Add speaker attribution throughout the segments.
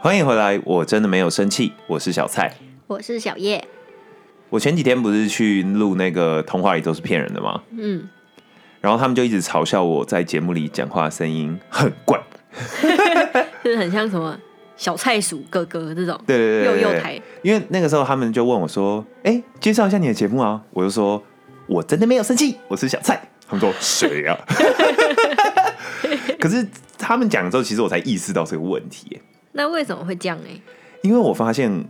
Speaker 1: 欢迎回来，我真的没有生气，我是小蔡。
Speaker 2: 我是小叶，
Speaker 1: 我前几天不是去录那个《童话里都是骗人的》吗？
Speaker 2: 嗯，
Speaker 1: 然后他们就一直嘲笑我在节目里讲话声音很怪。
Speaker 2: 就是很像什么小菜鼠哥哥这种，
Speaker 1: 对对对
Speaker 2: 幼
Speaker 1: 对
Speaker 2: 幼
Speaker 1: 对
Speaker 2: 台，
Speaker 1: 因为那个时候他们就问我说：“哎，介绍一下你的节目啊？”我就说：“我真的没有生气，我是小蔡。”他们说：“谁呀、 可是他们讲之后，其实我才意识到这个问题耶，
Speaker 2: 那为什么会这样呢？欸
Speaker 1: 因为我发现，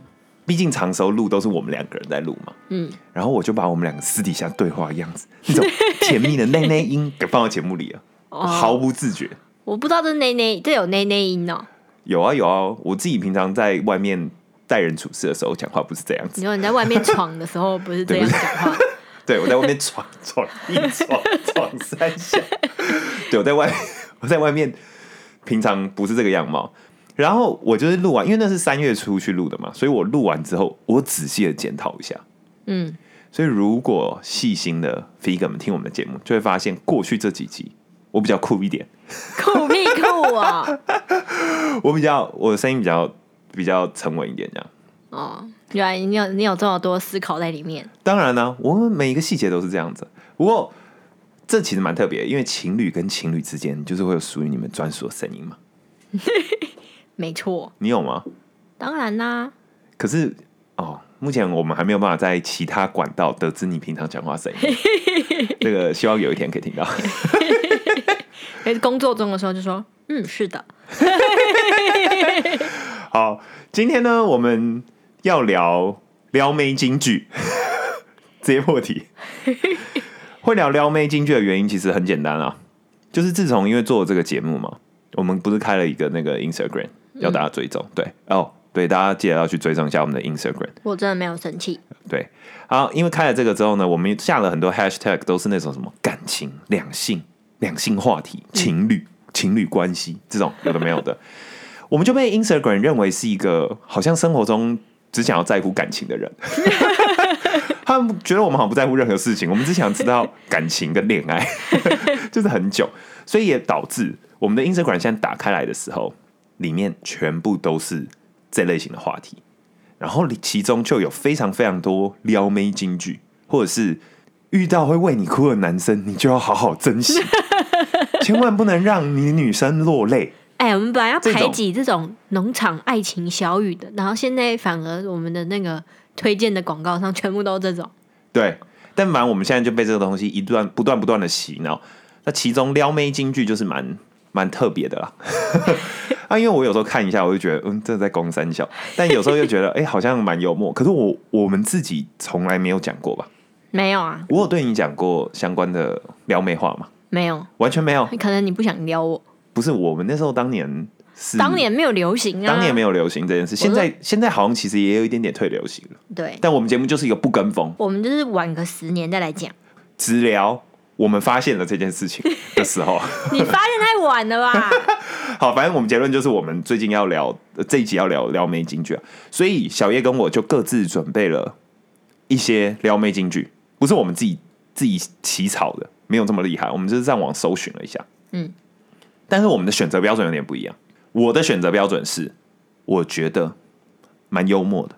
Speaker 1: 毕竟长熟录都是我们两个人在录嘛，
Speaker 2: 嗯，
Speaker 1: 然后我就把我们两个私底下对话的样子，那种甜蜜的内内音给放到节目里了，我毫不自觉。
Speaker 2: 我不知道这内内这有内内音哦。
Speaker 1: 有啊有啊，我自己平常在外面待人处事的时候讲话不是这样子，
Speaker 2: 你说你在外面闯的时候不是这样讲 话，
Speaker 1: 对我在外面闯闯一闯闯三下，对我在外我在外面平常不是这个样貌。然后我就是录完，因为那是三月初去录的嘛，所以我录完之后，我仔细的检讨一下。
Speaker 2: 嗯，
Speaker 1: 所以如果细心的 figure 们听我们的节目，就会发现过去这几集我比较酷一点，
Speaker 2: 酷屁酷啊！
Speaker 1: 我比较我的声音比较比较沉稳一点这样。
Speaker 2: 哦，原来你有你有这么多思考在里面，
Speaker 1: 当然呢、我们每一个细节都是这样子。不过这其实蛮特别，因为情侣跟情侣之间就是会有属于你们专属的声音嘛。
Speaker 2: 没错，
Speaker 1: 你有吗？
Speaker 2: 当然啦，
Speaker 1: 可是哦，目前我们还没有办法在其他管道得知你平常讲话声音。这个希望有一天可以听到。
Speaker 2: 因为哎工作中的时候就说，嗯，是的，
Speaker 1: 好，今天呢，我们要聊撩妹京 剧，直接破题。会聊撩妹京剧的原因其实很简单啊，就是自从因为做了这个节目嘛，我们不是开了一个那个 Instagram 要大家追踪，对哦，对，大家记得要去追踪一下我们的 Instagram。
Speaker 2: 我真的没有生气，
Speaker 1: 对，好，因为开了这个之后呢，我们下了很多 hashtag，都是那种什么感情、两性、两性话题、情侣、情侣关系这种有的没有的，我们就被 Instagram 认为是一个好像生活中只想要在乎感情的人，他们觉得我们好像不在乎任何事情，我们只想知道感情跟恋爱，就是很久，所以也导致我们的 Instagram 现在打开来的时候，里面全部都是这类型的话题。然后里其中就有非常非常多撩妹金句，或者是遇到会为你哭的男生，你就要好好珍惜，千万不能让你女生落泪。
Speaker 2: 哎、我们本来要
Speaker 1: 这种
Speaker 2: 排挤这种农场爱情小雨的，然后现在反而我们的那个推荐的广告上全部都这种，
Speaker 1: 对，但凡我们现在就被这个东西一段不断不断的洗脑，那其中撩妹金句就是蛮蛮特别的啦。啊，因为我有时候看一下，我就觉得，嗯，这在攻三小，但有时候又觉得，哎、好像蛮幽默。可是我我们自己从来没有讲过吧？
Speaker 2: 没有啊，
Speaker 1: 我有对你讲过相关的撩妹话吗？
Speaker 2: 没有，
Speaker 1: 完全没有。
Speaker 2: 可能你不想撩我，
Speaker 1: 不是我们那时候当年是
Speaker 2: 当年没有流行啊，
Speaker 1: 嗯当年没
Speaker 2: 有
Speaker 1: 有流行这件事，现在现在好像其实也有一点点退流行了。
Speaker 2: 对，
Speaker 1: 但我们节目就是一个不跟风，
Speaker 2: 我们就是晚个十年再来讲，
Speaker 1: 只聊我们发现了这件事情的时候。
Speaker 2: 你发现太晚了吧？
Speaker 1: 好，反正我们结论就是我们最近要聊、呃这一集要聊撩妹金句啊，所以小叶跟我就各自准备了一些撩妹金句，不是我们自己自己起草的，没有这么厉害，我们就是上网搜寻了一下，
Speaker 2: 嗯，
Speaker 1: 但是我们的选择标准有点不一样，我的选择标准是我觉得蛮幽默的，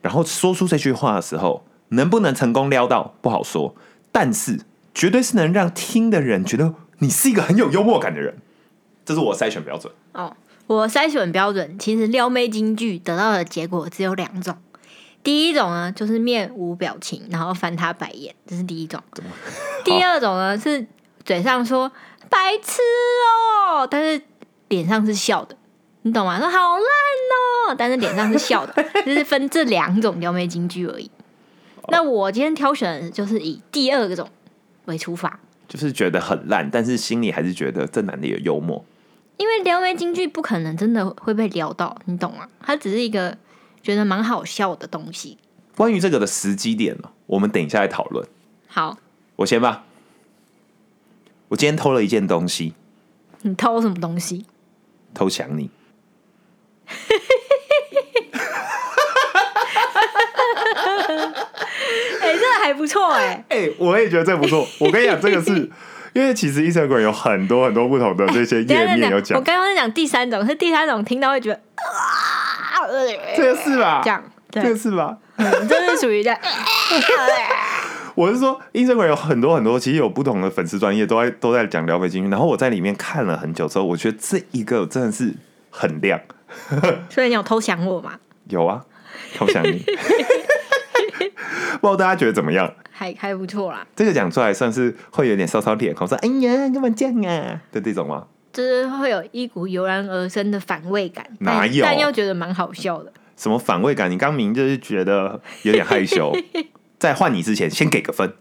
Speaker 1: 然后说出这句话的时候，能不能成功撩到不好说，但是绝对是能让听的人觉得你是一个很有幽默感的人。这是我筛选标准。
Speaker 2: 哦，我筛选标准其实撩妹金句得到的结果只有两种，第一种呢就是面无表情，然后翻他白眼，这是第一种；第二种呢是嘴上说白痴哦，但是脸上是笑的，你懂吗？说好烂哦，但是脸上是笑的，就是分这两种撩妹金句而已。那我今天挑选的就是以第二个种为出发，
Speaker 1: 就是觉得很烂，但是心里还是觉得这男的有幽默。
Speaker 2: 因为撩妹京剧不可能真的会被撩到，你懂吗？它只是一个觉得蛮好笑的东西。
Speaker 1: 关于这个的时机点呢，我们等一下来讨论。
Speaker 2: 好，
Speaker 1: 我先吧。我今天偷了一件东西，
Speaker 2: 你偷什么东 西？
Speaker 1: 偷想你。
Speaker 2: 哎、这个还不错哎、哎
Speaker 1: 哎、我也觉得这不错。我跟你讲，这个是因为其实 Instagram 有很多很多不同的这 些
Speaker 2: 等一下
Speaker 1: 页面有
Speaker 2: 再讲，
Speaker 1: 讲
Speaker 2: 我，刚刚在讲第三种，是第三种听到会觉得啊，呃
Speaker 1: 这个是吧？
Speaker 2: 这样，
Speaker 1: 这
Speaker 2: 对
Speaker 1: 个，是吧？
Speaker 2: 嗯这是属于在
Speaker 1: 我是说，Instagram 有很多很多，其实有不同的粉丝专业都在都在讲撩妹金句。然后我在里面看了很久之后，我觉得这一个真的是很亮，
Speaker 2: 所以你有偷想我吗？
Speaker 1: 有啊，偷想你。不知道大家觉得怎么样？
Speaker 2: 还还不错啦，
Speaker 1: 这个讲出来算是会有点烧烧脸，我说：“哎呀，干嘛这样啊？”的这种吗？
Speaker 2: 就是会有一股油然而生的反胃感，但
Speaker 1: 哪有
Speaker 2: 但又觉得蛮好笑的。
Speaker 1: 什么反胃感？你刚明明就是觉得有点害 羞，在换你之前先给个分，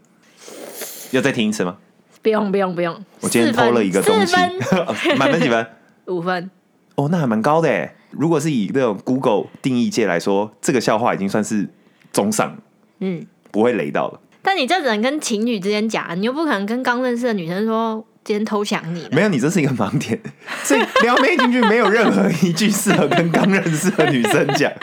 Speaker 1: 要再听一次吗？
Speaker 2: 不用不用不用，
Speaker 1: 我今天
Speaker 2: 四分
Speaker 1: 偷了一个东西
Speaker 2: 四 分，
Speaker 1: 满分几分？
Speaker 2: 五分，
Speaker 1: 哦，那还蛮高的耶。如果是以那种 Google 定义界来说，这个笑话已经算是中上，
Speaker 2: 嗯。
Speaker 1: 不会雷到了。
Speaker 2: 但你这只能跟情侣之间讲，啊你又不可能跟刚认识的女生说今天偷想你了。
Speaker 1: 没有，你这是一个盲点。所以撩妹进去没有任何一句适合跟刚认识的女生讲。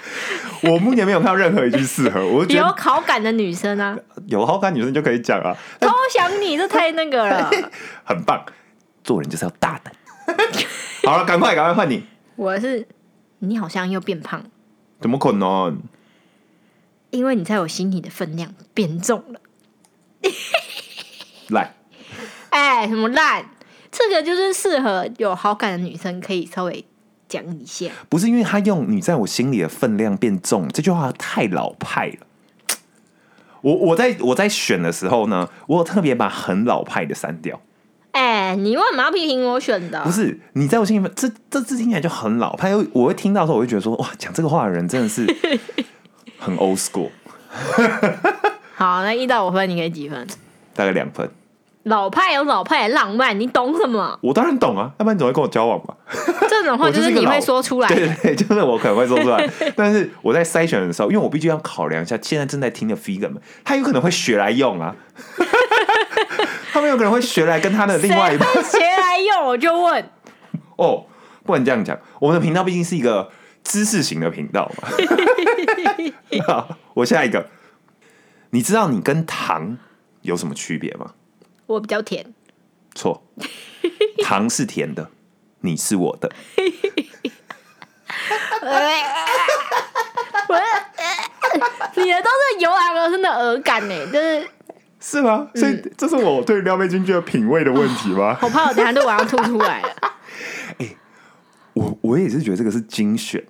Speaker 1: 我目前没有看到任何一句适合，我就觉
Speaker 2: 有
Speaker 1: 得
Speaker 2: 好感的女生啊，
Speaker 1: 有好感女生就可以讲啊，
Speaker 2: 偷想你这太那个了。
Speaker 1: 很棒。做人就是要大胆。好了，赶快赶快换你。
Speaker 2: 我是你好像又变胖，
Speaker 1: 怎么可能？
Speaker 2: 因为你在我心里的分量变重了。
Speaker 1: 来，
Speaker 2: 哎，什么烂？这个就是适合有好感的女生可以稍微讲一下。
Speaker 1: 不是因为他用“你在我心里的分量变重”这句话太老派了。我我在我在选的时候呢，我有特别把很老派的删掉。
Speaker 2: 哎，你为什么要批评我选的？
Speaker 1: 不是你在我心里面，这这字听起来就很老派。我我会听到的时候，我就觉得说，哇，讲这个话的人真的 是很 old school，
Speaker 2: 好，那一到五分你给几分？
Speaker 1: 大概两分。？
Speaker 2: 老派有老派的浪漫，你懂什么
Speaker 1: 我当然懂啊，要不然你总会跟我交往吧？
Speaker 2: 这种话
Speaker 1: 我
Speaker 2: 就
Speaker 1: 就是
Speaker 2: 是
Speaker 1: 一个
Speaker 2: 你
Speaker 1: 老
Speaker 2: 会说出来
Speaker 1: 对
Speaker 2: 的。
Speaker 1: 对对，就是我可能会说出来，但是我在筛选的时候，因为我必须要考量一下现在正在听的 figure 们，他有可能会学来用啊， 他们有可能会学来跟他的另外一
Speaker 2: 谁
Speaker 1: 半
Speaker 2: 会学来用？我就问，
Speaker 1: 哦，不能这样讲，我们的频道毕竟是一个知识型的频道嘛。好，我下一个，你知道你跟糖有什么区别吗？
Speaker 2: 我比较甜，
Speaker 1: 错，糖是甜的，你是我的。
Speaker 2: 呃我呃你的都是油然而生的耳感呢、就是
Speaker 1: 是吗？所以这是我对撩妹京剧的品味的问题吗？
Speaker 2: 我怕我等下就晚上吐出来了。
Speaker 1: 我我也是觉得这个是精选、欸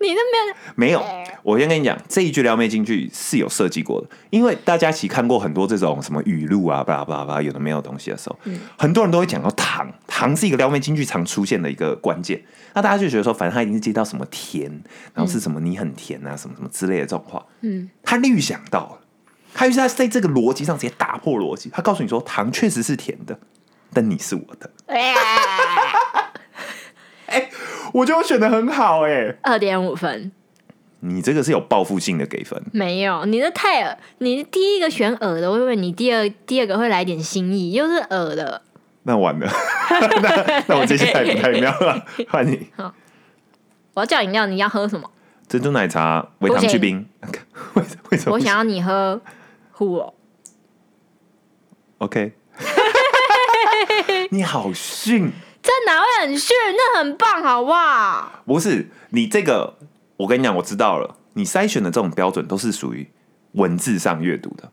Speaker 2: 你那边
Speaker 1: 没有，我先跟你讲，这一句撩妹金句是有设计过的，因为大家其实看过很多这种什么语录啊、巴拉巴拉巴拉有的没有东西的时候，很多人都会讲到糖，糖是一个撩妹金句常出现的一个关键。那大家就觉得说，反正他一定是接到什么甜，然后是什么你很甜啊，什么什么之类的这种话，
Speaker 2: 嗯，
Speaker 1: 他预想到了，他于是他在这个逻辑上直接打破逻辑，他告诉你说，糖确实是甜的，但你是我的。
Speaker 2: 呃
Speaker 1: 我觉得我选的很好哎、
Speaker 2: 二点五分
Speaker 1: 你这个是有报复性的给分，
Speaker 2: 没有，你的太耳，你第一个选耳的，我以为你第二第二个会来点新意，又是耳的。
Speaker 1: 那完了， 那那我接下来不太妙 了，换你
Speaker 2: 我要叫饮料，你要喝什么？
Speaker 1: 珍珠奶茶、微糖去冰， 为为什么
Speaker 2: 我
Speaker 1: 不行
Speaker 2: 想要你喝护我，
Speaker 1: ？OK，你好逊，
Speaker 2: 这哪会很逊？那很棒，好不好？
Speaker 1: 不是你这个，我跟你讲，我知道了，你筛选的这种标准都是属于文字上阅读的。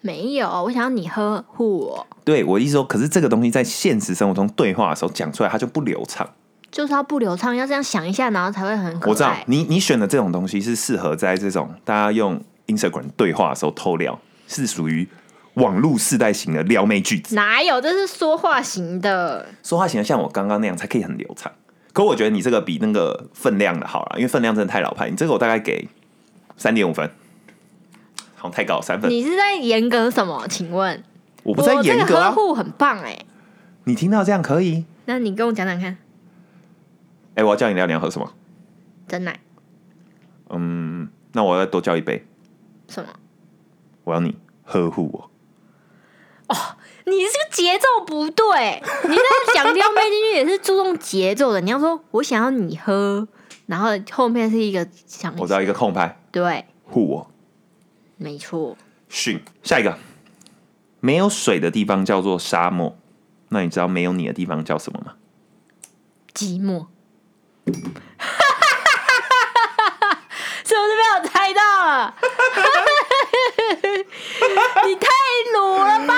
Speaker 2: 没有，我想要你喝护我，
Speaker 1: 对我的意思说，可是这个东西在现实生活中对话的时候讲出来，它就不流畅。
Speaker 2: 就是要不流畅，要这样想一下，然后才会很可爱。
Speaker 1: 我知道你你选的这种东西是适合在这种大家用 Instagram 对话的时候偷聊，是属于网络世代型的撩妹句子。
Speaker 2: 哪有？这是说话型的，
Speaker 1: 说话型的像我刚刚那样才可以很流畅。可我觉得你这个比那个分量的好了，因为分量真的太老派。你这个我大概给三点五分，好像太高，三分。
Speaker 2: 你是在严格什么？请问，
Speaker 1: 我不在严格
Speaker 2: 我这个呵
Speaker 1: 啊，
Speaker 2: 护很棒哎、
Speaker 1: 你听到这样可以？
Speaker 2: 那你跟我讲讲看，
Speaker 1: 哎、我要叫你聊，你要喝什么？
Speaker 2: 真奶
Speaker 1: 嗯，那我要多叫一杯。
Speaker 2: 什么？
Speaker 1: 我要你呵护我。
Speaker 2: 你这个节奏不对，你在讲撩妹进去也是注重节奏的。你要说我想要你喝，然后后面是一个想
Speaker 1: 我知道一个空拍，
Speaker 2: 对，
Speaker 1: 护我
Speaker 2: 没错，
Speaker 1: 训。下一个，没有水的地方叫做沙漠，那你知道没有你的地方叫什么吗？
Speaker 2: 寂寞。 是不是被我猜到了？ 你太努了吧！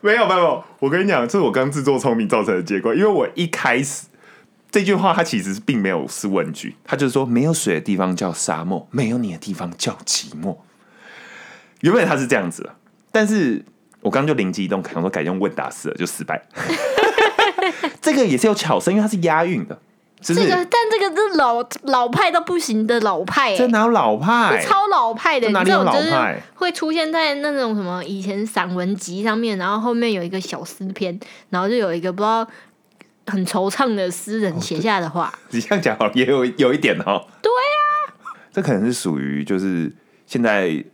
Speaker 1: 没有没有，没有，我跟你讲，这是我刚自作聪明造成的结果，因为我一开始这句话它其实是并没有是问句，它就是说没有水的地方叫沙漠，没有你的地方叫寂寞。原本它是这样子的，但是我刚刚就灵机一动，想说改用问答式了，就失 败。这个也是有巧声，因为它是押韵的，嗯就
Speaker 2: 这
Speaker 1: 是
Speaker 2: 个，但这个是老老派到不行的老派、
Speaker 1: 这
Speaker 2: 欸，
Speaker 1: 哪有老派？
Speaker 2: 超老派的。
Speaker 1: 这
Speaker 2: 你
Speaker 1: 哪里
Speaker 2: 这
Speaker 1: 有
Speaker 2: 种就
Speaker 1: 老派
Speaker 2: 是会出现在那种什么以前散文集上面，然后后面有一个小诗篇，然后就有一个不知道很惆怅的诗
Speaker 1: 哦
Speaker 2: 人写下的话。
Speaker 1: 你这样讲好像也有有一点哦。对啊，这可能是属于就是现在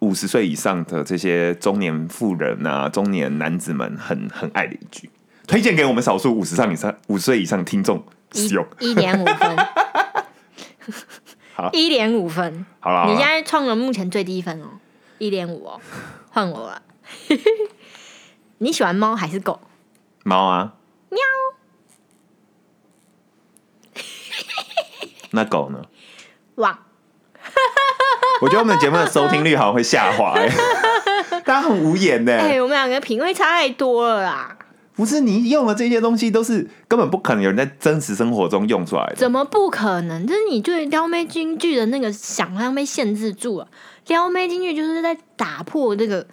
Speaker 1: 五十岁以上的这些中年妇人啊、中年男子们很很爱的一句，推荐给我们少数五十上以上、五十岁以上听众
Speaker 2: 一
Speaker 1: 使用。
Speaker 2: 一点五分，
Speaker 1: 好
Speaker 2: 一点五分，
Speaker 1: 好了，好
Speaker 2: 你现
Speaker 1: 啦
Speaker 2: 在创了目前最低分哦，一点五哦，换我了。 你喜欢猫还是狗？
Speaker 1: 猫啊，
Speaker 2: 喵。
Speaker 1: 那狗呢？
Speaker 2: 哇，
Speaker 1: 我觉得我们的节目的收听率好像会下滑、欸， 大家很无言呢、欸
Speaker 2: 哎、我们两个品味差太多了啦，
Speaker 1: 不是你用的这些东西都是根本不可能有人在真实生活中用出来的。
Speaker 2: 怎么不可能？就是你对撩妹京剧的那个想象被限制住了。撩妹京剧就是在打破这个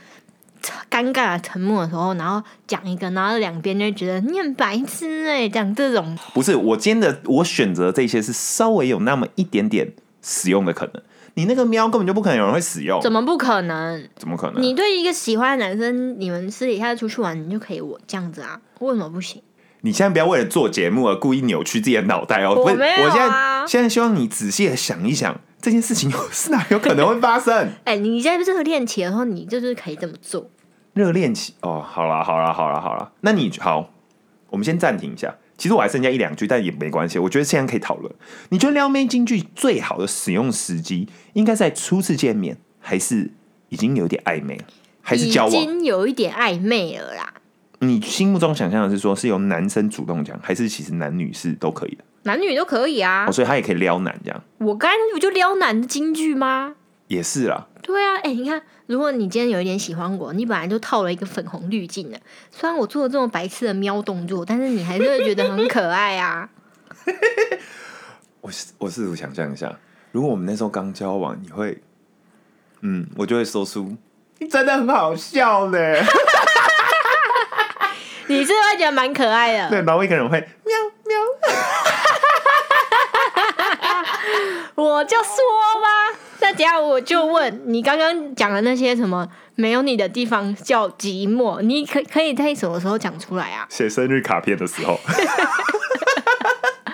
Speaker 2: 尴尬的沉默的时候，然后讲一个，然后两边就觉得你很白痴哎、讲这种
Speaker 1: 不是，我今天的我选择这些是稍微有那么一点点使用的可能。你那个喵根本就不可能有人会使用，
Speaker 2: 怎么不可能？
Speaker 1: 怎么可能？
Speaker 2: 你
Speaker 1: 你
Speaker 2: 对一个喜欢的男生，你们私底下出去玩，你就可以我这样子啊？为什么不行？
Speaker 1: 现在不要为了做节目而故意扭曲自己的脑袋哦。
Speaker 2: 我
Speaker 1: 不 是
Speaker 2: 没有啊
Speaker 1: 我现在现在希望你仔细的想一想，这件事情有是哪有可能会发生？
Speaker 2: 哎、你在这个恋情的时候，你就是可以这么做。
Speaker 1: 热恋期哦，好啦好啦好啦好啦，那你好，我们先暂停一下。其实我还剩下一两句，但也没关系，我觉得现在可以讨论。你觉得撩妹金句最好的使用时机，应该在初次见面，还是已经有点暧昧了，还是交
Speaker 2: 已
Speaker 1: 往？
Speaker 2: 经有一点暧昧了啦，
Speaker 1: 你心目中想象的是说，是由男生主动讲，还是其实男女是都可以的？
Speaker 2: 男女都可以啊
Speaker 1: 哦，。所以他也可以撩男这样，
Speaker 2: 我刚才不就撩男的金句吗？
Speaker 1: 也是啦。
Speaker 2: 对啊，哎、你看，如果你今天有一点喜欢我，你本来就套了一个粉红滤镜的，虽然我做了这种白痴的喵动作，但是你还是会觉得很可爱啊。
Speaker 1: 我试我试图想象一下，如果我们那时候刚交往，你会，嗯，我就会说出，你真的很好笑呢。
Speaker 2: 你是不是会觉得蛮可 爱的？
Speaker 1: 对，然后一个人会喵喵，
Speaker 2: 我就说吧，那等一下我就问你刚刚讲的那些什么没有你的地方叫寂寞，你可可以在什么时候讲出来啊？
Speaker 1: 写生日卡片的时候。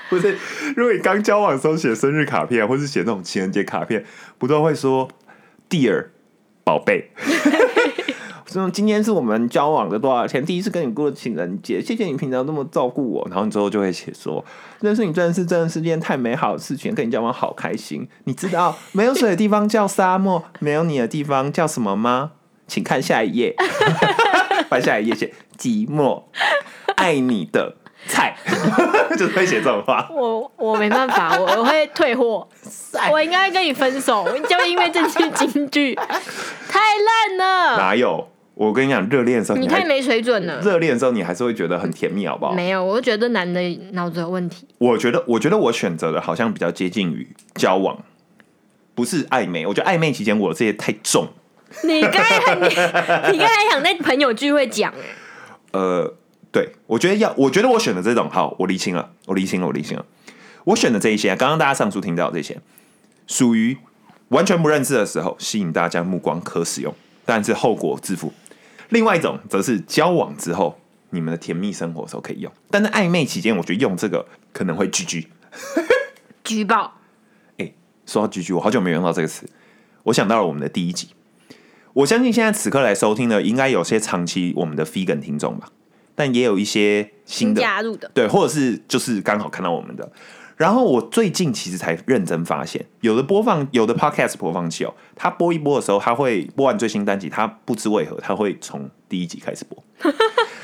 Speaker 1: 不是，如果你刚交往的时候写生日卡片，啊或是写那种情人节卡片，不都会说 “dear 宝贝”？说今天是我们交往的多少天，第一次跟你过情人节，谢谢你平常那么照顾我。然后你之后就会写说，认识你真的是真的是件太美好的事情，跟你交往好开心。你知道没有水的地方叫沙漠，没有你的地方叫什么吗？ 请看下一页，翻下一页写寂寞，爱你的菜， 就是会写这种话。
Speaker 2: 我我没办 法，我我会退货，我应该跟你分手，就因为这句京剧 太烂了，
Speaker 1: 哪有？我跟你讲，热恋的时候
Speaker 2: 嗯你
Speaker 1: 你
Speaker 2: 太
Speaker 1: 还
Speaker 2: 没水准了。
Speaker 1: 热恋的时候你还是会觉得很甜蜜，好不好？
Speaker 2: 没有，我就觉得男的脑子有问题。
Speaker 1: 我觉得，我觉得我选择的好像比较接近于交往，不是暧昧。我觉得暧昧期间我这些太重，
Speaker 2: 你刚才很你刚才想在朋友聚会讲、哎
Speaker 1: 呃，对我觉得要，我觉得我选的这种，好，我厘清了，我厘清了，我厘清了。我选的这一些，刚刚大家上述听到的这些，属于完全不认识的时候吸引大家目光可使用，但是后果自负。另外一种则是交往之后，你们的甜蜜生活的时候可以用，但是暧昧期间，我觉得用这个可能会 GG。
Speaker 2: 举报。
Speaker 1: 说到 GG，我好久没有用到这个词，我想到了我们的第一集。我相信现在此刻来收听的，应该有些长期我们的 Vegan 听众吧，但也有一些新
Speaker 2: 新
Speaker 1: 的
Speaker 2: 加入的，
Speaker 1: 对，或者是就是刚好看到我们的。然后我最近其实才认真发现，有的播放有的 podcast 播放器哦，它播一播的时候，它会播完最新单集，它不知为何它会从第一集开始 播，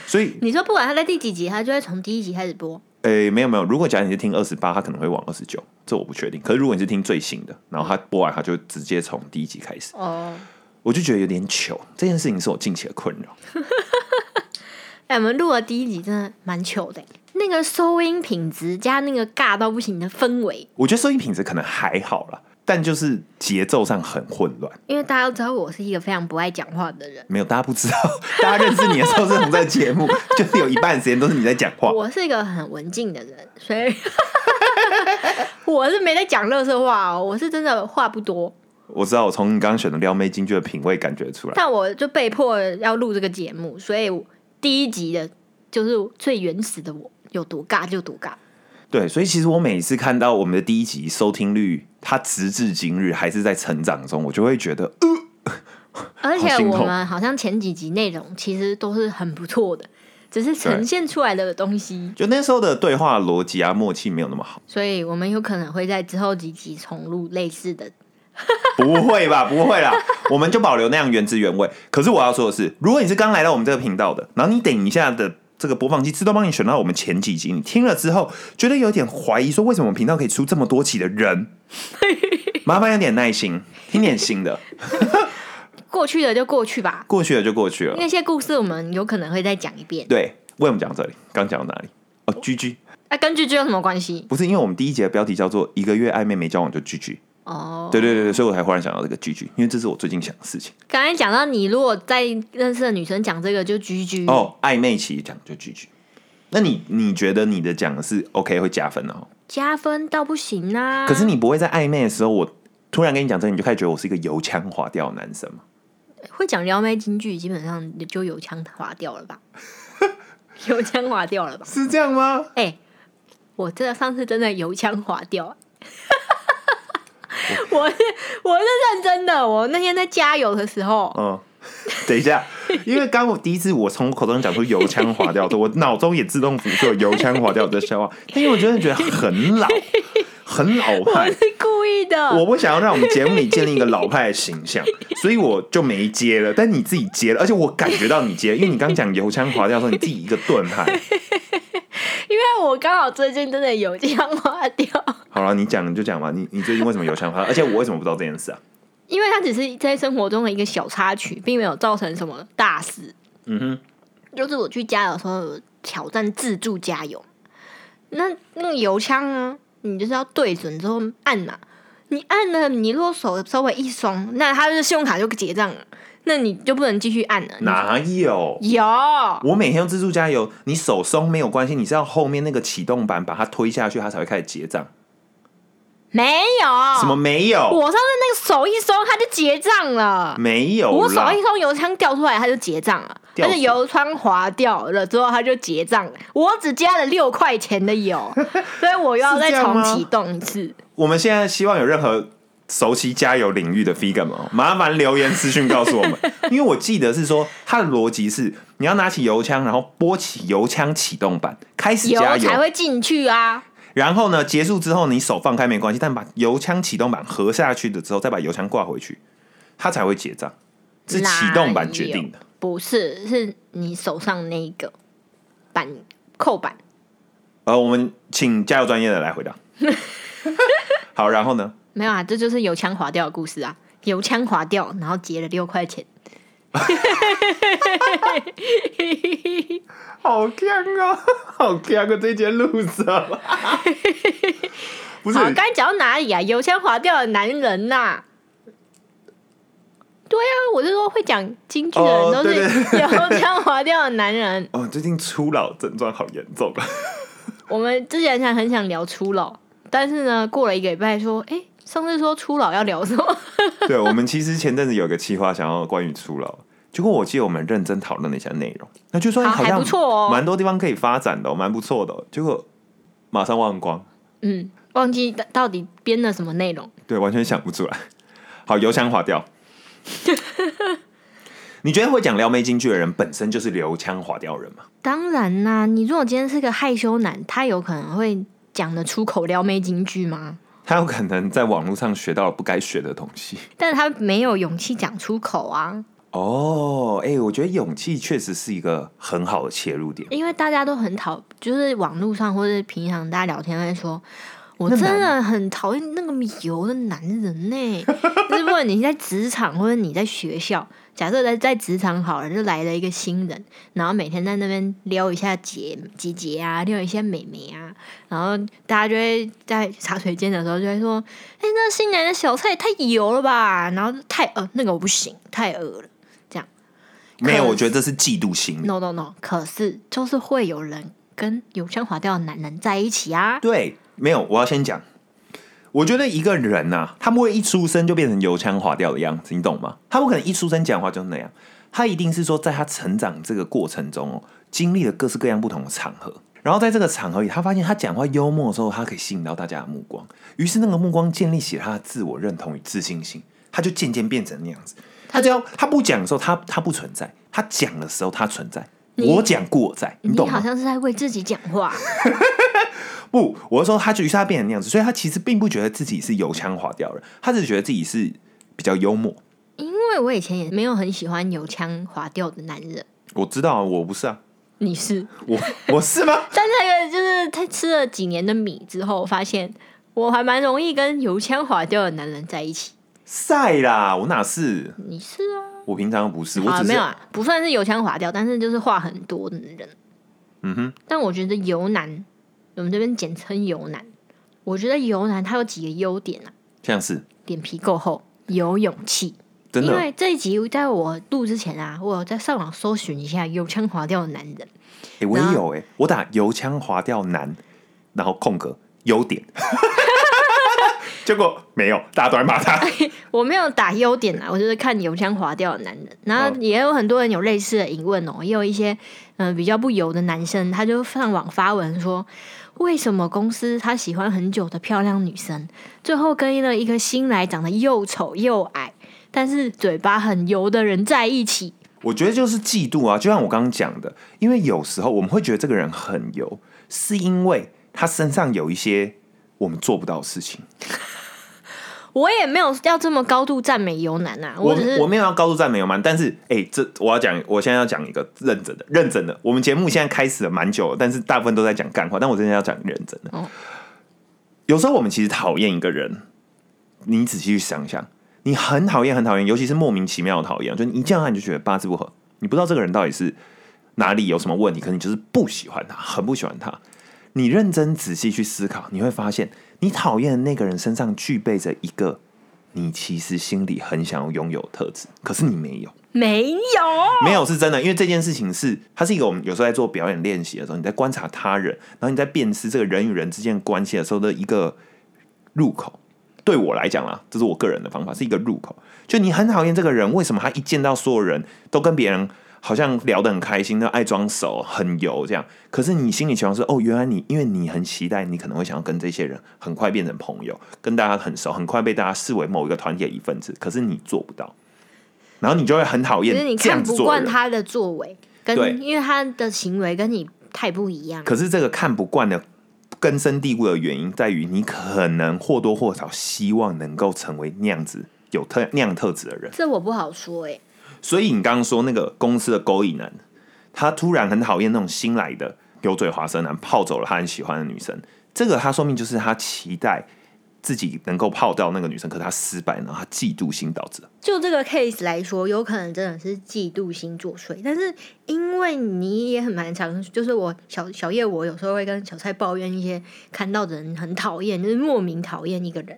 Speaker 1: 所以
Speaker 2: 你说不管他在第几集，他就会从第一集开始播。
Speaker 1: 诶，没有没有，如果假如你是听二十八，它可能会往二十九，这我不确定。可是如果你是听最新的，然后它播完，它就直接从第一集开始，
Speaker 2: 哦，
Speaker 1: 我就觉得有点糗。这件事情是我近期的困扰。
Speaker 2: 哎，我们录了第一集真的蛮糗的，欸那个收音品质加那个尬到不行的氛围，
Speaker 1: 我觉得收音品质可能还好啦，但就是节奏上很混乱。
Speaker 2: 因为大家都知道我是一个非常不爱讲话的人，
Speaker 1: 没有，大家不知道，大家认识你的时候是从这个节目，就是有一半时间都是你在讲话。
Speaker 2: 我是一个很文静的人，所以 我是没在讲乐色话哦，我是真的话不多，
Speaker 1: 我知道，我从你刚刚选的撩妹京剧的品味感觉出来。
Speaker 2: 但我就被迫要录这个节目，所以我第一集的就是最原始的我，有多尬就多尬。
Speaker 1: 对，所以其实我每次看到我们的第一集收听率，它直至今日还是在成长中，我就会觉得，呃好
Speaker 2: 而且
Speaker 1: 心
Speaker 2: 我
Speaker 1: 痛
Speaker 2: 们好像前几集内容其实都是很不错的，只是呈现出来的东西，
Speaker 1: 就那时候的对话逻辑啊、默契没有那么好。
Speaker 2: 所以我们有可能会在之后几集重录类似的。
Speaker 1: 不会吧？不会啦，我们就保留那样原汁原味。可是我要说的是，如果你是刚来到我们这个频道的，然后你等一下的这个播放器自动帮你选到我们前几集，你听了之后觉得有点怀疑，说为什么我们频道可以出这么多期的人？麻烦有点耐心，听点新的，
Speaker 2: 过去的就过去吧，
Speaker 1: 过去了就过去了。
Speaker 2: 那些故事我们有可能会再讲一遍。
Speaker 1: 对，为什么讲到这里？刚讲到哪里？哦，G G，
Speaker 2: 那、啊跟剧剧有什么关系？
Speaker 1: 不是因为我们第一节的标题叫做“一个月暧昧没交往就 G G”，
Speaker 2: 哦，
Speaker 1: 对对对对，所以我才忽然想到这个 G G，因为这是我最近想的事情。
Speaker 2: 刚才讲到你如果在认识的女生讲这个就居居，
Speaker 1: 哦，暧昧期讲就 GG。那你你觉得你的讲是 OK 会加分哦？
Speaker 2: 加分到不行啊！
Speaker 1: 可是你不会在暧昧的时候，我突然跟你讲这个，你就开始觉得我是一个油腔滑调的男生嘛？
Speaker 2: 会讲撩妹京剧，基本上你就油腔滑 调了吧？油腔滑调了吧？
Speaker 1: 是这样吗？
Speaker 2: 哎、我真的上次真的油腔滑调， 我是我是认真的。我那天在加油的时候，
Speaker 1: 嗯，等一 下，因为刚我第一次我从我口中讲出油腔滑调的时候，我脑中也自动浮出了油腔滑调的笑话，但因为我真的觉得很老，很老
Speaker 2: 我
Speaker 1: 派
Speaker 2: 是。故意
Speaker 1: 我
Speaker 2: 的。
Speaker 1: 不想要让我们节目里建立一个老派的形 象，所以我就没接了。但你自己接了，而且我感觉到你接，因为你刚讲油腔滑调的时候，你自己一个盾 牌。
Speaker 2: 因为我刚好最近真的油腔滑调，
Speaker 1: 好了，你讲你就讲吧。你你最近为什么油腔滑调？而且我为什么不知道这件事啊？
Speaker 2: 因为它只是在生活中的一个小插曲，并没有造成什么大事。
Speaker 1: 嗯哼，
Speaker 2: 就是我去加油的时候有挑战自助加油，那那个油枪啊，你就是要对准之后按嘛，你按了，你如果手稍微一松，那他的信用卡就结账了，那你就不能继续按了。你
Speaker 1: 哪有？
Speaker 2: 有？
Speaker 1: 我每天用自助加油，你手松没有关系，你是要后面那个启动板把它推下去，它才会开始结账。
Speaker 2: 没有？
Speaker 1: 什么？没有？
Speaker 2: 我上次那个手一松，他就结账了。
Speaker 1: 没有
Speaker 2: 我手
Speaker 1: 啦
Speaker 2: 一！松，油枪掉出来，他就结账了。
Speaker 1: 掉
Speaker 2: 而
Speaker 1: 出
Speaker 2: 且油窗滑掉了之后，他就结账了。我只加了六块钱的油， 所以我又要
Speaker 1: 是
Speaker 2: 再
Speaker 1: 这样
Speaker 2: 重
Speaker 1: 吗
Speaker 2: 启动一次。
Speaker 1: 我们现在希望有任何熟悉加油领域的 Figma，哦麻烦留言私讯告诉 我们，因为我记得是说它的逻辑是你要拿起油枪，然后拨起油枪启动板开始
Speaker 2: 油
Speaker 1: 加油
Speaker 2: 才，会进去啊。
Speaker 1: 然后呢，结束之后你手放开没关系，但把油枪启动板合下去的之后，再把油枪挂回去，它才会结账，是启动板决定的。
Speaker 2: 不是，是你手上那一个板扣板，
Speaker 1: 呃，我们请加油专业的来回 答。好，然后呢？
Speaker 2: 没有啊？这就是油腔滑调的故事啊，油腔滑调，然后结了六块钱。
Speaker 1: 好强啊， 好强啊！这节录什 么？不是
Speaker 2: 好，刚才讲到哪里啊？油腔滑调的男人呐、对啊，我是说会讲京剧的人
Speaker 1: 哦
Speaker 2: 都
Speaker 1: 对
Speaker 2: 是油腔滑调的男人。
Speaker 1: 哦，最近初老症状好严重啊！
Speaker 2: 我们之前想很想聊初老，但是呢，过了一个礼拜说，哎、上次说初老要聊什么？
Speaker 1: 对我们其实前阵子有个计划，想要关于初老，结果我记得我们认真讨论了一下内容，那就说哎
Speaker 2: 好还
Speaker 1: 像
Speaker 2: 不错哦
Speaker 1: 蛮多地方可以发展的哦、蛮不错的哦、结果马上忘光，
Speaker 2: 嗯，忘记到到底编了什么内容。
Speaker 1: 对，完全想不出来。好，油腔滑调。 你觉得会讲撩妹京剧的人本身就是油腔滑调人吗？
Speaker 2: 当然啦，你如果今天是个害羞男，他有可能会讲得出口撩妹金句吗？
Speaker 1: 他有可能在网络上学到了不该学的东西。
Speaker 2: 但是他没有勇气讲出口啊，
Speaker 1: 哦，哎、我觉得勇气确实是一个很好的切入点。
Speaker 2: 因为大家都很讨，就是网络上或者平常大家聊天会说。我真的很讨厌那个油的男人呢、就是不管你在职场或者你在学校，假设在在职场好了，就来了一个新人，然后每天在那边撩一下姐姐姐啊，撩一下妹妹啊，然后大家就会在茶水间的时候就会说：“哎、那新来的小菜也太油了吧？”然后太呃那个我不行，太恶了。
Speaker 1: 没有，
Speaker 2: 可
Speaker 1: 我觉得这是嫉妒心理。
Speaker 2: No no no，可是就是会有人跟油腔滑调的男人在一起啊。
Speaker 1: 对，没有，我要先讲。我觉得一个人呐、他不会一出生就变成油腔滑调的样子，你懂吗？他不可能一出生讲话就是那样，他一定是说在他成长这个过程中哦，经历了各式各样不同的场合，然后在这个场合里，他发现他讲话幽默的时候，他可以吸引到大家的目光，于是那个目光建立起了他的自我认同与自信心，他就渐渐变成那样子。他只要他不讲的时候，他他不存在；他讲的时候，他存在。
Speaker 2: 你
Speaker 1: 我讲过我在，你
Speaker 2: 你
Speaker 1: 懂吗
Speaker 2: 好？像是在为自己讲话，
Speaker 1: 不，我是说他就于是他变成那样子，所以他其实并不觉得自己是油腔滑调的，他只是觉得自己是比较幽默。
Speaker 2: 因为我以前也没有很喜欢油腔滑调的男人。
Speaker 1: 我知道啊，我不是啊，
Speaker 2: 你是，
Speaker 1: 我 我是吗？
Speaker 2: 但那个就是他吃了几年的米之后，发现我还蛮容易跟油腔滑调的男人在一起。
Speaker 1: 晒啦，我哪是？
Speaker 2: 你是啊，
Speaker 1: 我平常不是，我只
Speaker 2: 啊
Speaker 1: 是
Speaker 2: 没有啊，不算是油腔滑调，但是就是话很多的人。
Speaker 1: 嗯哼，
Speaker 2: 但我觉得油男，我们这边简称油男，我觉得油男他有几个优点啊，
Speaker 1: 像是
Speaker 2: 脸皮够厚，有勇气。
Speaker 1: 真
Speaker 2: 因
Speaker 1: 的
Speaker 2: 为这一集在我录之前啊，我有在上网搜寻一下油腔滑调的男人，
Speaker 1: 欸我也
Speaker 2: 然后
Speaker 1: 有哎、我打油腔滑调男，然后空格优点， 结果没有，大家都在骂他。
Speaker 2: 我没有打优点啊，我就是看油腔滑调的男人。然后
Speaker 1: 哦
Speaker 2: 也有很多人有类似的疑问哦，也有一些嗯、呃比较不油的男生，他就上网发文说，为什么公司他喜欢很久的漂亮女生，最后跟了一个新来长得又丑又矮，但是嘴巴很油的人在一起？
Speaker 1: 我觉得就是嫉妒啊，就像我刚刚讲的，因为有时候我们会觉得这个人很油，是因为他身上有一些我们做不到的事情。
Speaker 2: 我也没有要这么高度赞美油男啊，
Speaker 1: 我
Speaker 2: 只是
Speaker 1: 我没有要高度赞美有蛮，但是哎、这我要讲，我现在要讲一个认真的，认真的。我们节目现在开始了蛮久了，但是大部分都在讲干话，但我真的要讲认真的。
Speaker 2: 哦
Speaker 1: 有时候我们其实讨厌一个人，你仔细去想想，你很讨厌很讨厌，尤其是莫名其妙的讨厌，就你一见到他你就觉得八字不合，你不知道这个人到底是哪里有什么问题，可能你就是不喜欢他，很不喜欢他。你认真仔细去思考，你会发现，你讨厌的那个人身上具备着一个你其实心里很想要拥有的特质，可是你没有，
Speaker 2: 没有。
Speaker 1: 没有是真的，因为这件事情是它是一个我们有时候在做表演练习的时候，你在观察他人，然后你在辨识这个人与人之间的关系的时候的一个入口。对我来讲啦，这是我个人的方法，是一个入口。就你很讨厌这个人，为什么他一见到所有人都跟别人好像聊得很开心，那爱装熟、很油这样？可是你心里期望是，哦，原来你因为你很期待，你可能会想要跟这些人很快变成朋友，跟大家很熟，很快被大家视为某一个团体的一份子。可是你做不到，然后你就会很讨厌
Speaker 2: 就是你
Speaker 1: 这
Speaker 2: 看
Speaker 1: 样子
Speaker 2: 不
Speaker 1: 做的
Speaker 2: 惯
Speaker 1: 人。
Speaker 2: 他的作为，
Speaker 1: 对
Speaker 2: 跟因为他的行为跟你太不一样。
Speaker 1: 可是这个看不惯的根深蒂固的原因，在于你可能或多或少希望能够成为那样子有特那样特质的人。
Speaker 2: 这我不好说哎、
Speaker 1: 所以你刚刚说那个公司的勾引男，他突然很讨厌那种新来的油嘴滑舌男，泡走了他很喜欢的女生。这个他说明就是他期待自己能够泡到那个女生，可是他失败，然后他嫉妒心导致的。
Speaker 2: 就这个 case 来说，有可能真的是嫉妒心作祟，但是因为你也很蛮常，就是我小小叶，我有时候会跟小蔡抱怨一些看到的人很讨厌，就是莫名讨厌一个人，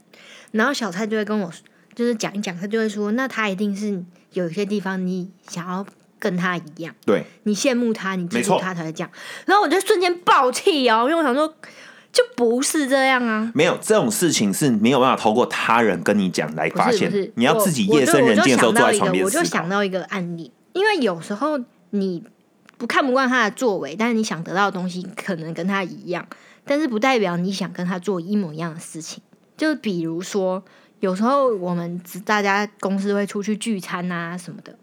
Speaker 2: 然后小蔡就会跟我就是讲一讲，他就会说，那他一定是有一些地方你想要跟他一样。
Speaker 1: 对，
Speaker 2: 你羡慕他，你嫉
Speaker 1: 没错
Speaker 2: 妒他才会这样。然后我就瞬间爆气哦，因为我想说，就不是这样啊。
Speaker 1: 没有这种事情是没有办法透过他人跟你讲来
Speaker 2: 不是
Speaker 1: 发现
Speaker 2: 不是
Speaker 1: 的，，你要
Speaker 2: 我
Speaker 1: 自己
Speaker 2: 我
Speaker 1: 夜
Speaker 2: 就
Speaker 1: 深人
Speaker 2: 我就
Speaker 1: 静的时候
Speaker 2: 想
Speaker 1: 坐
Speaker 2: 到
Speaker 1: 在
Speaker 2: 一
Speaker 1: 床
Speaker 2: 个，
Speaker 1: 边
Speaker 2: 我
Speaker 1: 思
Speaker 2: 就
Speaker 1: 考
Speaker 2: 想。到一个案例，因为有时候你不看不惯他的作为，但是你想得到的东西可能跟他一样，但是不代表你想跟他做一模一样的事情。就是比如说，有时候我们只大家公司会出去聚餐啊什么的，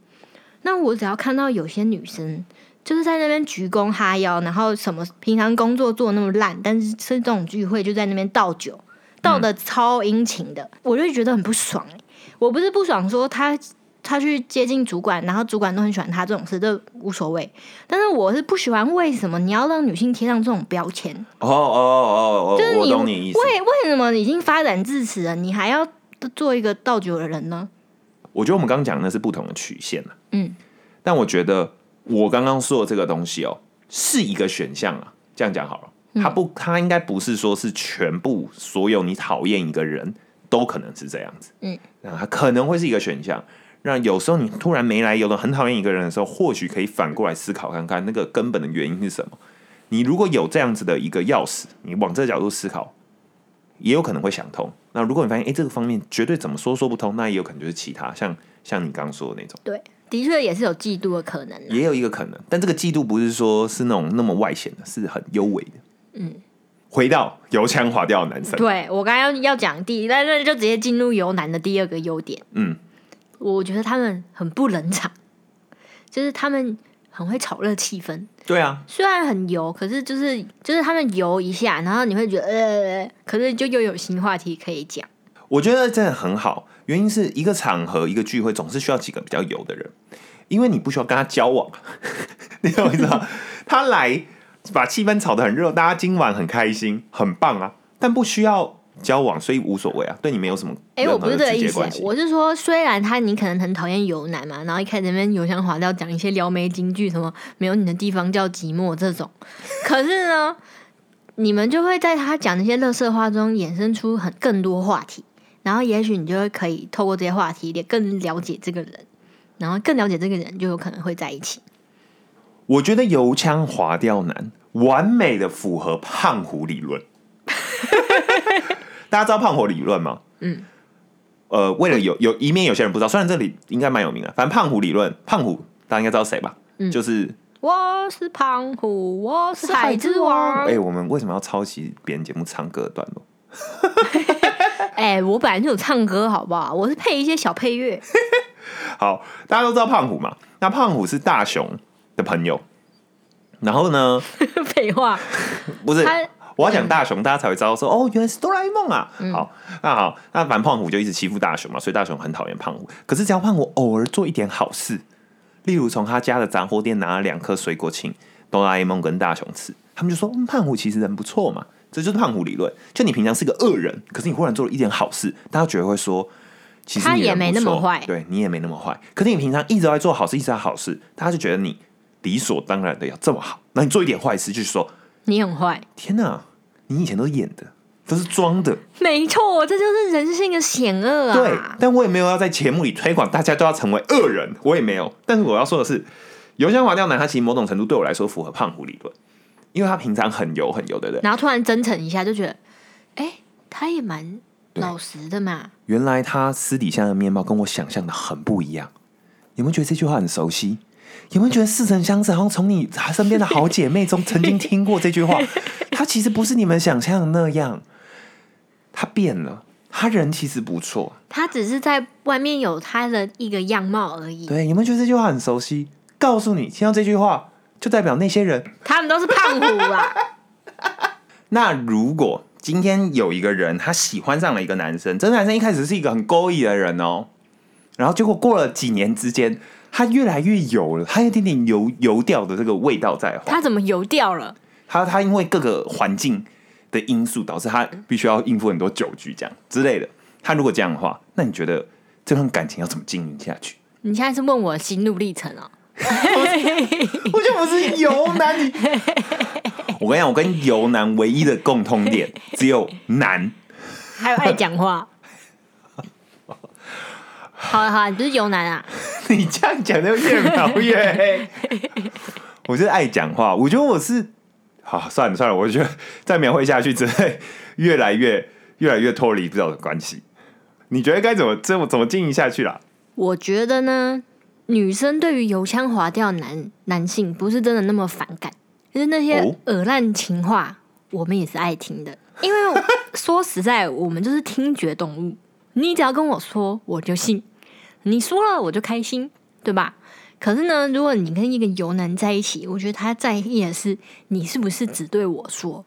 Speaker 2: 那我只要看到有些女生就是在那边鞠躬哈腰，然后什么平常工作做那么烂，但是是这种聚会就在那边倒酒，倒
Speaker 1: 嗯
Speaker 2: 的超殷勤的，我就觉得很不爽、欸。我不是不爽说他他去接近主管，然后主管都很喜欢他这种事，这无所谓。但是我是不喜欢为什么你要让女性贴上这种标签？
Speaker 1: 哦哦哦
Speaker 2: 就是
Speaker 1: 哦，我
Speaker 2: 你
Speaker 1: 懂你意思。
Speaker 2: 为为什么已经发展至此了，你还要做一个倒酒的人呢？
Speaker 1: 我觉得我们刚刚讲的是不同的曲线啊
Speaker 2: 嗯，
Speaker 1: 但我觉得我刚刚说的这个东西哦，是一个选项啊。这样讲好
Speaker 2: 嗯
Speaker 1: 了，它不，它应该不是说是全部所有你讨厌一个人都可能是这样子。
Speaker 2: 嗯，
Speaker 1: 那它可能会是一个选项。那有时候你突然没来由的很讨厌一个人的时候，或许可以反过来思考看看那个根本的原因是什么。你如果有这样子的一个钥匙，你往这个角度思考，也有可能会想通。那如果你发现哎、诶这个方面绝对怎么说说不通，那也有可能就是其他像像你刚刚说的那种。
Speaker 2: 对，的确也是有嫉妒的可能啊。
Speaker 1: 也有一个可能，但这个嫉妒不是说是那种那么外显的，是很幽微的。
Speaker 2: 嗯，
Speaker 1: 回到油腔滑调的男生，
Speaker 2: 对我刚刚要要讲第一，但是就直接进入由男的第二个优点，
Speaker 1: 嗯，
Speaker 2: 我觉得他们很不冷场，就是他们很会炒热气氛。
Speaker 1: 对啊，
Speaker 2: 虽然很油，可是就是就是他们油一下，然后你会觉得呃，可是就又有新话题可以讲。
Speaker 1: 我觉得真的很好。原因是一个场合、一个聚会总是需要几个比较油的人，因为你不需要跟他交往， 你懂我意思吗？他来把气氛炒得很热，大家今晚很开心，很棒啊，但不需要交往，所以无所谓啊，对你没有什么
Speaker 2: 哎、
Speaker 1: 任
Speaker 2: 我
Speaker 1: 何
Speaker 2: 不是这
Speaker 1: 的
Speaker 2: 个
Speaker 1: 直
Speaker 2: 意
Speaker 1: 接
Speaker 2: 思、
Speaker 1: 关系。
Speaker 2: 我是说，虽然他你可能很讨厌油男嘛，然后一开始那边油腔滑调讲一些撩妹金句，什么没有你的地方叫寂寞这种，可是呢，你们就会在他讲那些乐色话中衍生出很更多话题，然后也许你就会可以透过这些话题，也更了解这个人，然后更了解这个人，就有可能会在一起。
Speaker 1: 我觉得油腔滑调男完美的符合胖虎理论。 大家知道胖虎理论吗？
Speaker 2: 嗯，
Speaker 1: 呃，为了有有以免有些人不知道，虽然这里应该蛮有名的，反正胖虎理论，胖虎大家应该知道谁吧？
Speaker 2: 嗯
Speaker 1: 就是
Speaker 2: 我是胖虎，我是海之
Speaker 1: 哎、
Speaker 2: 王。
Speaker 1: 我们为什么要抄袭别人节目唱歌的段落？
Speaker 2: 哎、我本来就有唱歌，好不好？我是配一些小配乐。
Speaker 1: 好，大家都知道胖虎嘛，那胖虎是大雄的朋友，然后呢，
Speaker 2: 废话，
Speaker 1: 不是
Speaker 2: 他，嗯
Speaker 1: 我要讲大雄，大家才会知道说，哦，原来是哆啦 A 梦啊。好，那好，那反正胖虎就一直欺负大雄嘛，所以大雄很讨厌胖虎。可是只要胖虎偶尔做一点好事，例如从他家的杂货店拿了两颗水果请哆啦 A 梦跟大雄吃，他们就说，嗯，胖虎其实人不错嘛。这就是胖虎理论，就你平常是个恶人，可是你忽然做了一点好事，大家觉得会说，其实
Speaker 2: 他
Speaker 1: 你人
Speaker 2: 也没
Speaker 1: 不
Speaker 2: 那么
Speaker 1: 错
Speaker 2: 坏
Speaker 1: 对你也没那么坏。可是你平常一直在做好事，一直在好事，大家就觉得你理所当然的要这么好。那你做一点坏事，就是说
Speaker 2: 你很坏。
Speaker 1: 天哪，你以前都演的，都是装的，
Speaker 2: 没错，这就是人性的险恶
Speaker 1: 对
Speaker 2: 啊。。
Speaker 1: 但我也没有要在节目里推广大家都要成为恶人，我也没有。但是我要说的是，油腔滑调男，他其实某种程度对我来说符合胖虎理论，因为他平常很油很油，对不对？
Speaker 2: 然后突然真诚一下，就觉得，哎、他也蛮
Speaker 1: 对
Speaker 2: 老实的嘛。
Speaker 1: 原来他私底下的面貌跟我想象的很不一样。有没有觉得这句话很熟悉？有没有觉得似曾相识？好像从你身边的好姐妹中曾经听过这句话。他其实不是你们想象的那样，他变了，他人其实不错。
Speaker 2: 他只是在外面有他的一个样貌而已。
Speaker 1: 对，你们觉得这句话很熟悉？告诉你，听到这句话，就代表那些人。
Speaker 2: 他们都是胖虎啊。
Speaker 1: 那如果今天有一个人，他喜欢上了一个男生，这个男生一开始是一个很勾引的人哦，然后结果过了几年之间，他越来越油了，他有一点点油油掉的这个味道在的话，
Speaker 2: 他怎么油掉了？
Speaker 1: 他他因为各个环境的因素，导致他必须要应付很多酒局这样之类的。他如果这样的话，那你觉得这段感情要怎么经营下去？
Speaker 2: 你现在是问我心路历程哦。
Speaker 1: 我就不是油男。你 我跟你讲，我跟油男唯一的共通 点只有男。
Speaker 2: 还有爱讲 话。好了好了，你不是油男啊？
Speaker 1: 你这样讲就越描越黑。我就是爱讲话，我觉得我是好算了算了，我觉得再描绘下去只会越来越越来越脱离不了的关系。你觉得该怎么这么怎么经营下去啦？
Speaker 2: 我觉得呢，女生对于油腔滑调男男性不是真的那么反感，就是那些
Speaker 1: 哦
Speaker 2: 耳烂情话，我们也是爱听的。因为我说实在，我们就是听觉动物，你只要跟我说，我就信；你说了我就开心，对吧？可是呢，如果你跟一个油男在一起，我觉得他在意的是你是不是只对我说，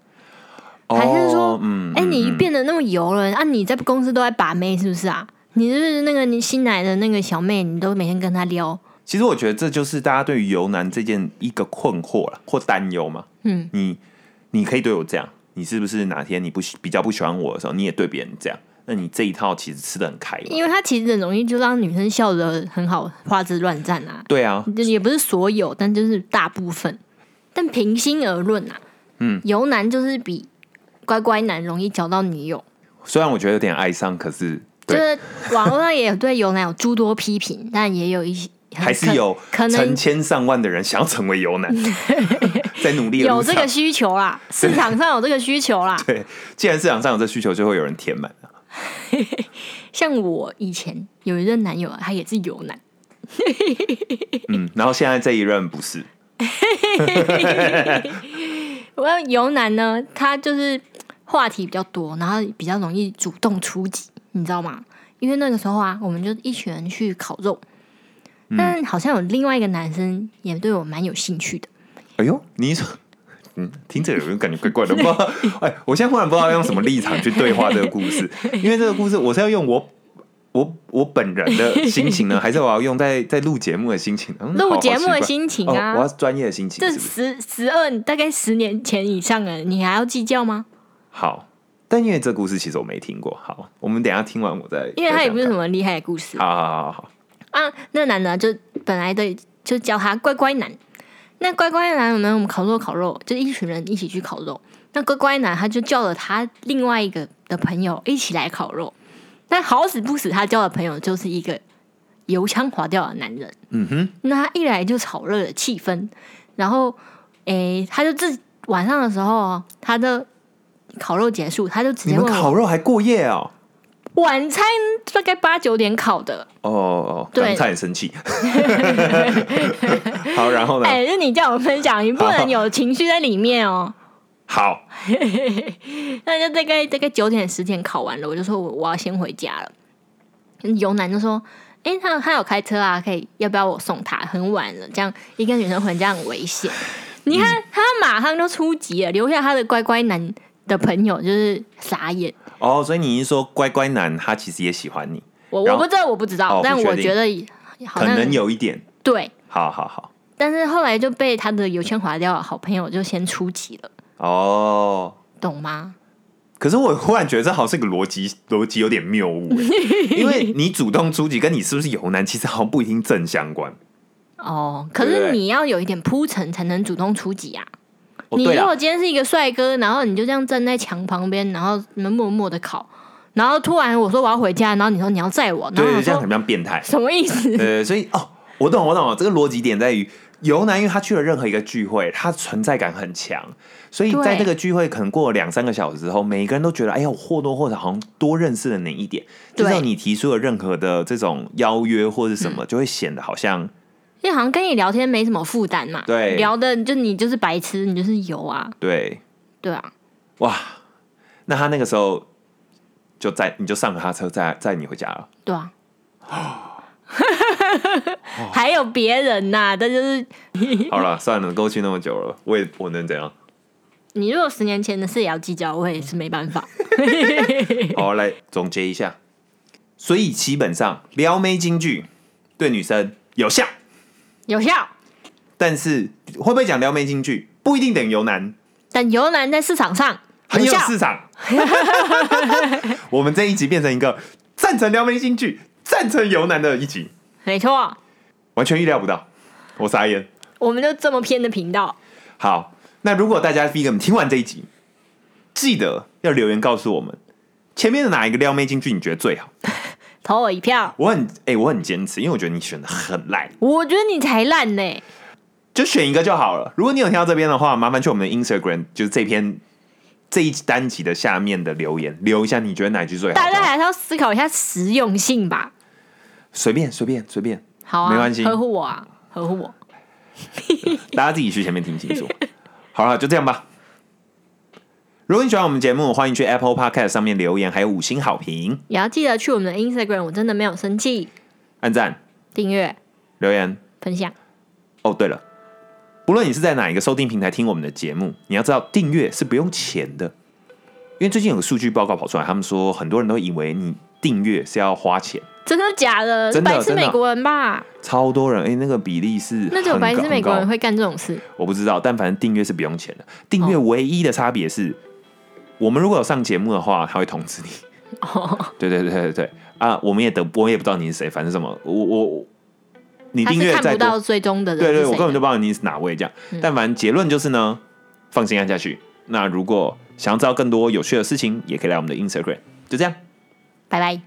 Speaker 2: 还是说
Speaker 1: 哦，嗯，
Speaker 2: 哎、
Speaker 1: 嗯
Speaker 2: 你
Speaker 1: 嗯
Speaker 2: 变得那么油了、啊？你在公司都在把妹是不是啊？你就是那个你新来的那个小妹，你都每天跟她撩，
Speaker 1: 其实我觉得这就是大家对于油男这件一个困惑了或担忧嘛。
Speaker 2: 嗯，
Speaker 1: 你你可以对我这样，你是不是哪天你不喜比较不喜欢我的时候，你也对别人这样？那你这一套其实吃的很开嘛。
Speaker 2: 因为她其实很容易就让女生笑得很好，花枝乱颤啊。
Speaker 1: 对啊，
Speaker 2: 就也不是所有，但就是大部分。但平心而论啊，
Speaker 1: 嗯，
Speaker 2: 油男就是比乖乖男容易交到女友，
Speaker 1: 虽然我觉得有点哀伤，可是
Speaker 2: 就
Speaker 1: 对，
Speaker 2: 是网络上也有 对油男有诸多批评，但也有一些很
Speaker 1: 还是有
Speaker 2: 可能
Speaker 1: 成千上万的人想要成为油男， 在努力的
Speaker 2: 有
Speaker 1: 路
Speaker 2: 这
Speaker 1: 上。
Speaker 2: 个需求 啦，市场上有这个需求啦。
Speaker 1: 对，既然市场上有这需求，就会有人填满啊
Speaker 2: 像我以前有一任男友啊，他也是油男，
Speaker 1: 嗯，然后现在这一任不是，
Speaker 2: 我要油男呢，他就是话题比较多，然后比较容易主动出击，你知道吗？因为那个时候啊，我们就一群人去烤肉，但好像有另外一个男生也对我蛮有兴趣的。
Speaker 1: 哎呦，你一说，嗯，听着有点感觉怪怪的，不 知道，哎，我现在忽然不知道用什么立场去对话这个故 事，因为这个故事我是要用我。我我本人的心情呢，还是我要用在在录节目的心情 呢？嗯
Speaker 2: 录
Speaker 1: 好好
Speaker 2: 节目
Speaker 1: 奇怪
Speaker 2: 的心情啊
Speaker 1: 哦、我要专业的心情
Speaker 2: 这
Speaker 1: 是不是？
Speaker 2: 十十二大概十年前以上了，你还要计较吗？
Speaker 1: 好，但因为这故事其实我没听过，好，我们等一下听完我再。
Speaker 2: 因为他也不是什
Speaker 1: 么。
Speaker 2: 么厉害的故事
Speaker 1: 好好好好好，
Speaker 2: 啊。那男的啊就本来的就叫他乖乖男，那乖乖男我们我们烤肉烤肉，就一群人一起去烤肉。那乖乖男他就叫了他另外一个的朋友一起来烤肉，但好死不死他交的朋友就是一个油腔滑调的男人。
Speaker 1: 嗯哼，
Speaker 2: 那他一来就炒热了气氛，然后诶、他就自晚上的时候哦，他的烤肉结束，他就直
Speaker 1: 你
Speaker 2: 接
Speaker 1: 们
Speaker 2: 问我
Speaker 1: 烤肉还过夜哦？
Speaker 2: 晚餐大概八九点烤的，
Speaker 1: 哦哦，
Speaker 2: 对
Speaker 1: 刚差点生气。 好，然 后呢？
Speaker 2: 哎、是你叫我分享，你不能有情绪在里面哦。
Speaker 1: 好，
Speaker 2: 那就大概大概九点十点考完了，我就说我我要先回家了。尤男就说：“哎、他他有开车啊，可以要不要我送他？很晚了，这样一个女生回家很 危险。”你
Speaker 1: 嗯
Speaker 2: 看、他马上就出击了，留下他的乖乖男的朋友就是傻眼。
Speaker 1: 哦，所以你是说乖乖男他其实也喜欢你，
Speaker 2: 我
Speaker 1: 然
Speaker 2: 我
Speaker 1: 后
Speaker 2: 不知道，我不知道，
Speaker 1: 哦
Speaker 2: 但
Speaker 1: 不确
Speaker 2: 我
Speaker 1: 定
Speaker 2: 觉得好
Speaker 1: 可
Speaker 2: 像
Speaker 1: 能有一点。
Speaker 2: 对，
Speaker 1: 好好好，
Speaker 2: 但是后来就被他的油腔滑调的好朋友就先出击了，
Speaker 1: 哦。
Speaker 2: 懂吗？
Speaker 1: 可是我忽然觉得这好像是个逻辑，逻辑有点谬误欸， 因为你主动出击跟你是不是有男，其实好像不一定正相关。
Speaker 2: 哦，可
Speaker 1: 对不
Speaker 2: 是
Speaker 1: 对
Speaker 2: 你要有一点铺陈才能主动出击啊。
Speaker 1: 哦，
Speaker 2: 你
Speaker 1: 对
Speaker 2: 如果
Speaker 1: 了，
Speaker 2: 今天是一个帅哥，然后你就这样站在墙旁边，然后你们默默的烤，然后突然我说我要回家，然后你说你要载我，然
Speaker 1: 对
Speaker 2: 后我
Speaker 1: 对，这样
Speaker 2: 说
Speaker 1: 很像变态。
Speaker 2: 什么意 思？
Speaker 1: 呃，所以哦，我懂，我懂，这个逻辑点在于，尤男因为他去了任何一个聚会，他存在感很强，所以在
Speaker 2: 对
Speaker 1: 这个聚会可能过了两三个小时之后，每个人都觉得，哎呀，我或多或少好像多认识了你一点。这
Speaker 2: 对
Speaker 1: 时候你提出了任何的这种邀约或是什么，就会显得好像
Speaker 2: 因为好像跟你聊天没什么负担嘛，
Speaker 1: 对
Speaker 2: 聊的就你就是白痴，你就是油啊，
Speaker 1: 对
Speaker 2: 对啊，
Speaker 1: 哇。那他那个时候就载你就上了他车，载载你回家了。
Speaker 2: 对啊。
Speaker 1: 哦
Speaker 2: 还有别人呐、但就是
Speaker 1: 好了，算了，过去那么久了，我也我能怎样？
Speaker 2: 你如果十年前的事也要计较，我也是没办法。
Speaker 1: 好，来总结一下。所以基本上撩妹金句对女生有效，
Speaker 2: 有效，
Speaker 1: 但是会不会讲撩妹金句不一定等于由男，
Speaker 2: 但油男在市场上
Speaker 1: 很有
Speaker 2: 效，
Speaker 1: 市场。我们这一集变成一个赞成撩妹金句、赞成由男的一集，
Speaker 2: 没错，
Speaker 1: 完全预料不到，我傻眼。
Speaker 2: 我们就这么偏的频道，
Speaker 1: 好，那如果大家 B 们听完这一集，记得要留言告诉我们前面的哪一个撩妹金句你觉得最好。
Speaker 2: 投我一票。
Speaker 1: 我很哎、我很坚持，因为我觉得你选的很烂。
Speaker 2: 我觉得你才烂呢、
Speaker 1: 就选一个就好了。如果你有听到这边的话，麻烦去我们的 Instagram，就是这篇这一单集的下面的留言，留一下你觉得哪句最好
Speaker 2: 大家
Speaker 1: 的。
Speaker 2: 还是要思考一下实用性吧。
Speaker 1: 随便随便随便，
Speaker 2: 好啊，
Speaker 1: 没关系
Speaker 2: 呵护我啊，呵护我。
Speaker 1: 大家自己去前面听清楚。好了，就这样吧。如果你喜欢我们节目，欢迎去 Apple Podcast 上面留言，还有五星好评、
Speaker 2: 也要记得去我们的 Instagram，我真的没有生气，
Speaker 1: 按赞、
Speaker 2: 订阅、
Speaker 1: 留言。
Speaker 2: 分享。
Speaker 1: 哦，对了，不论你是在哪一个收听平台听我们的节目，你要知道订阅是不用钱的。因为最近有个数据报告跑出来，他们说很多人都以为你订阅是要花钱，
Speaker 2: 真的假的？
Speaker 1: 真的
Speaker 2: 白痴
Speaker 1: 真的
Speaker 2: 美国人吧？
Speaker 1: 超多人哎、那个比例是
Speaker 2: 那种
Speaker 1: 很
Speaker 2: 白痴
Speaker 1: 高
Speaker 2: 美国
Speaker 1: 很
Speaker 2: 人
Speaker 1: 高
Speaker 2: 会干这种事，
Speaker 1: 我不知道，但反正订阅是不用钱的。订阅
Speaker 2: 哦
Speaker 1: 唯一的差别是，我们如果有上节目的话，他会通 知你。
Speaker 2: 哦，
Speaker 1: 对对对对对啊！我们也得，我也不知道你是谁，反正什么，我我我你
Speaker 2: 他
Speaker 1: 订
Speaker 2: 是
Speaker 1: 阅
Speaker 2: 看
Speaker 1: 再
Speaker 2: 不
Speaker 1: 多
Speaker 2: 到追踪的人是
Speaker 1: 对
Speaker 2: 谁的。嗯
Speaker 1: 对，我根本就不知道你是哪位这样。但反正结论就是呢，放心按下去。那如果想要知道更多有趣的事情，也可以来我们的 Instagram。就这样。
Speaker 2: 拜拜。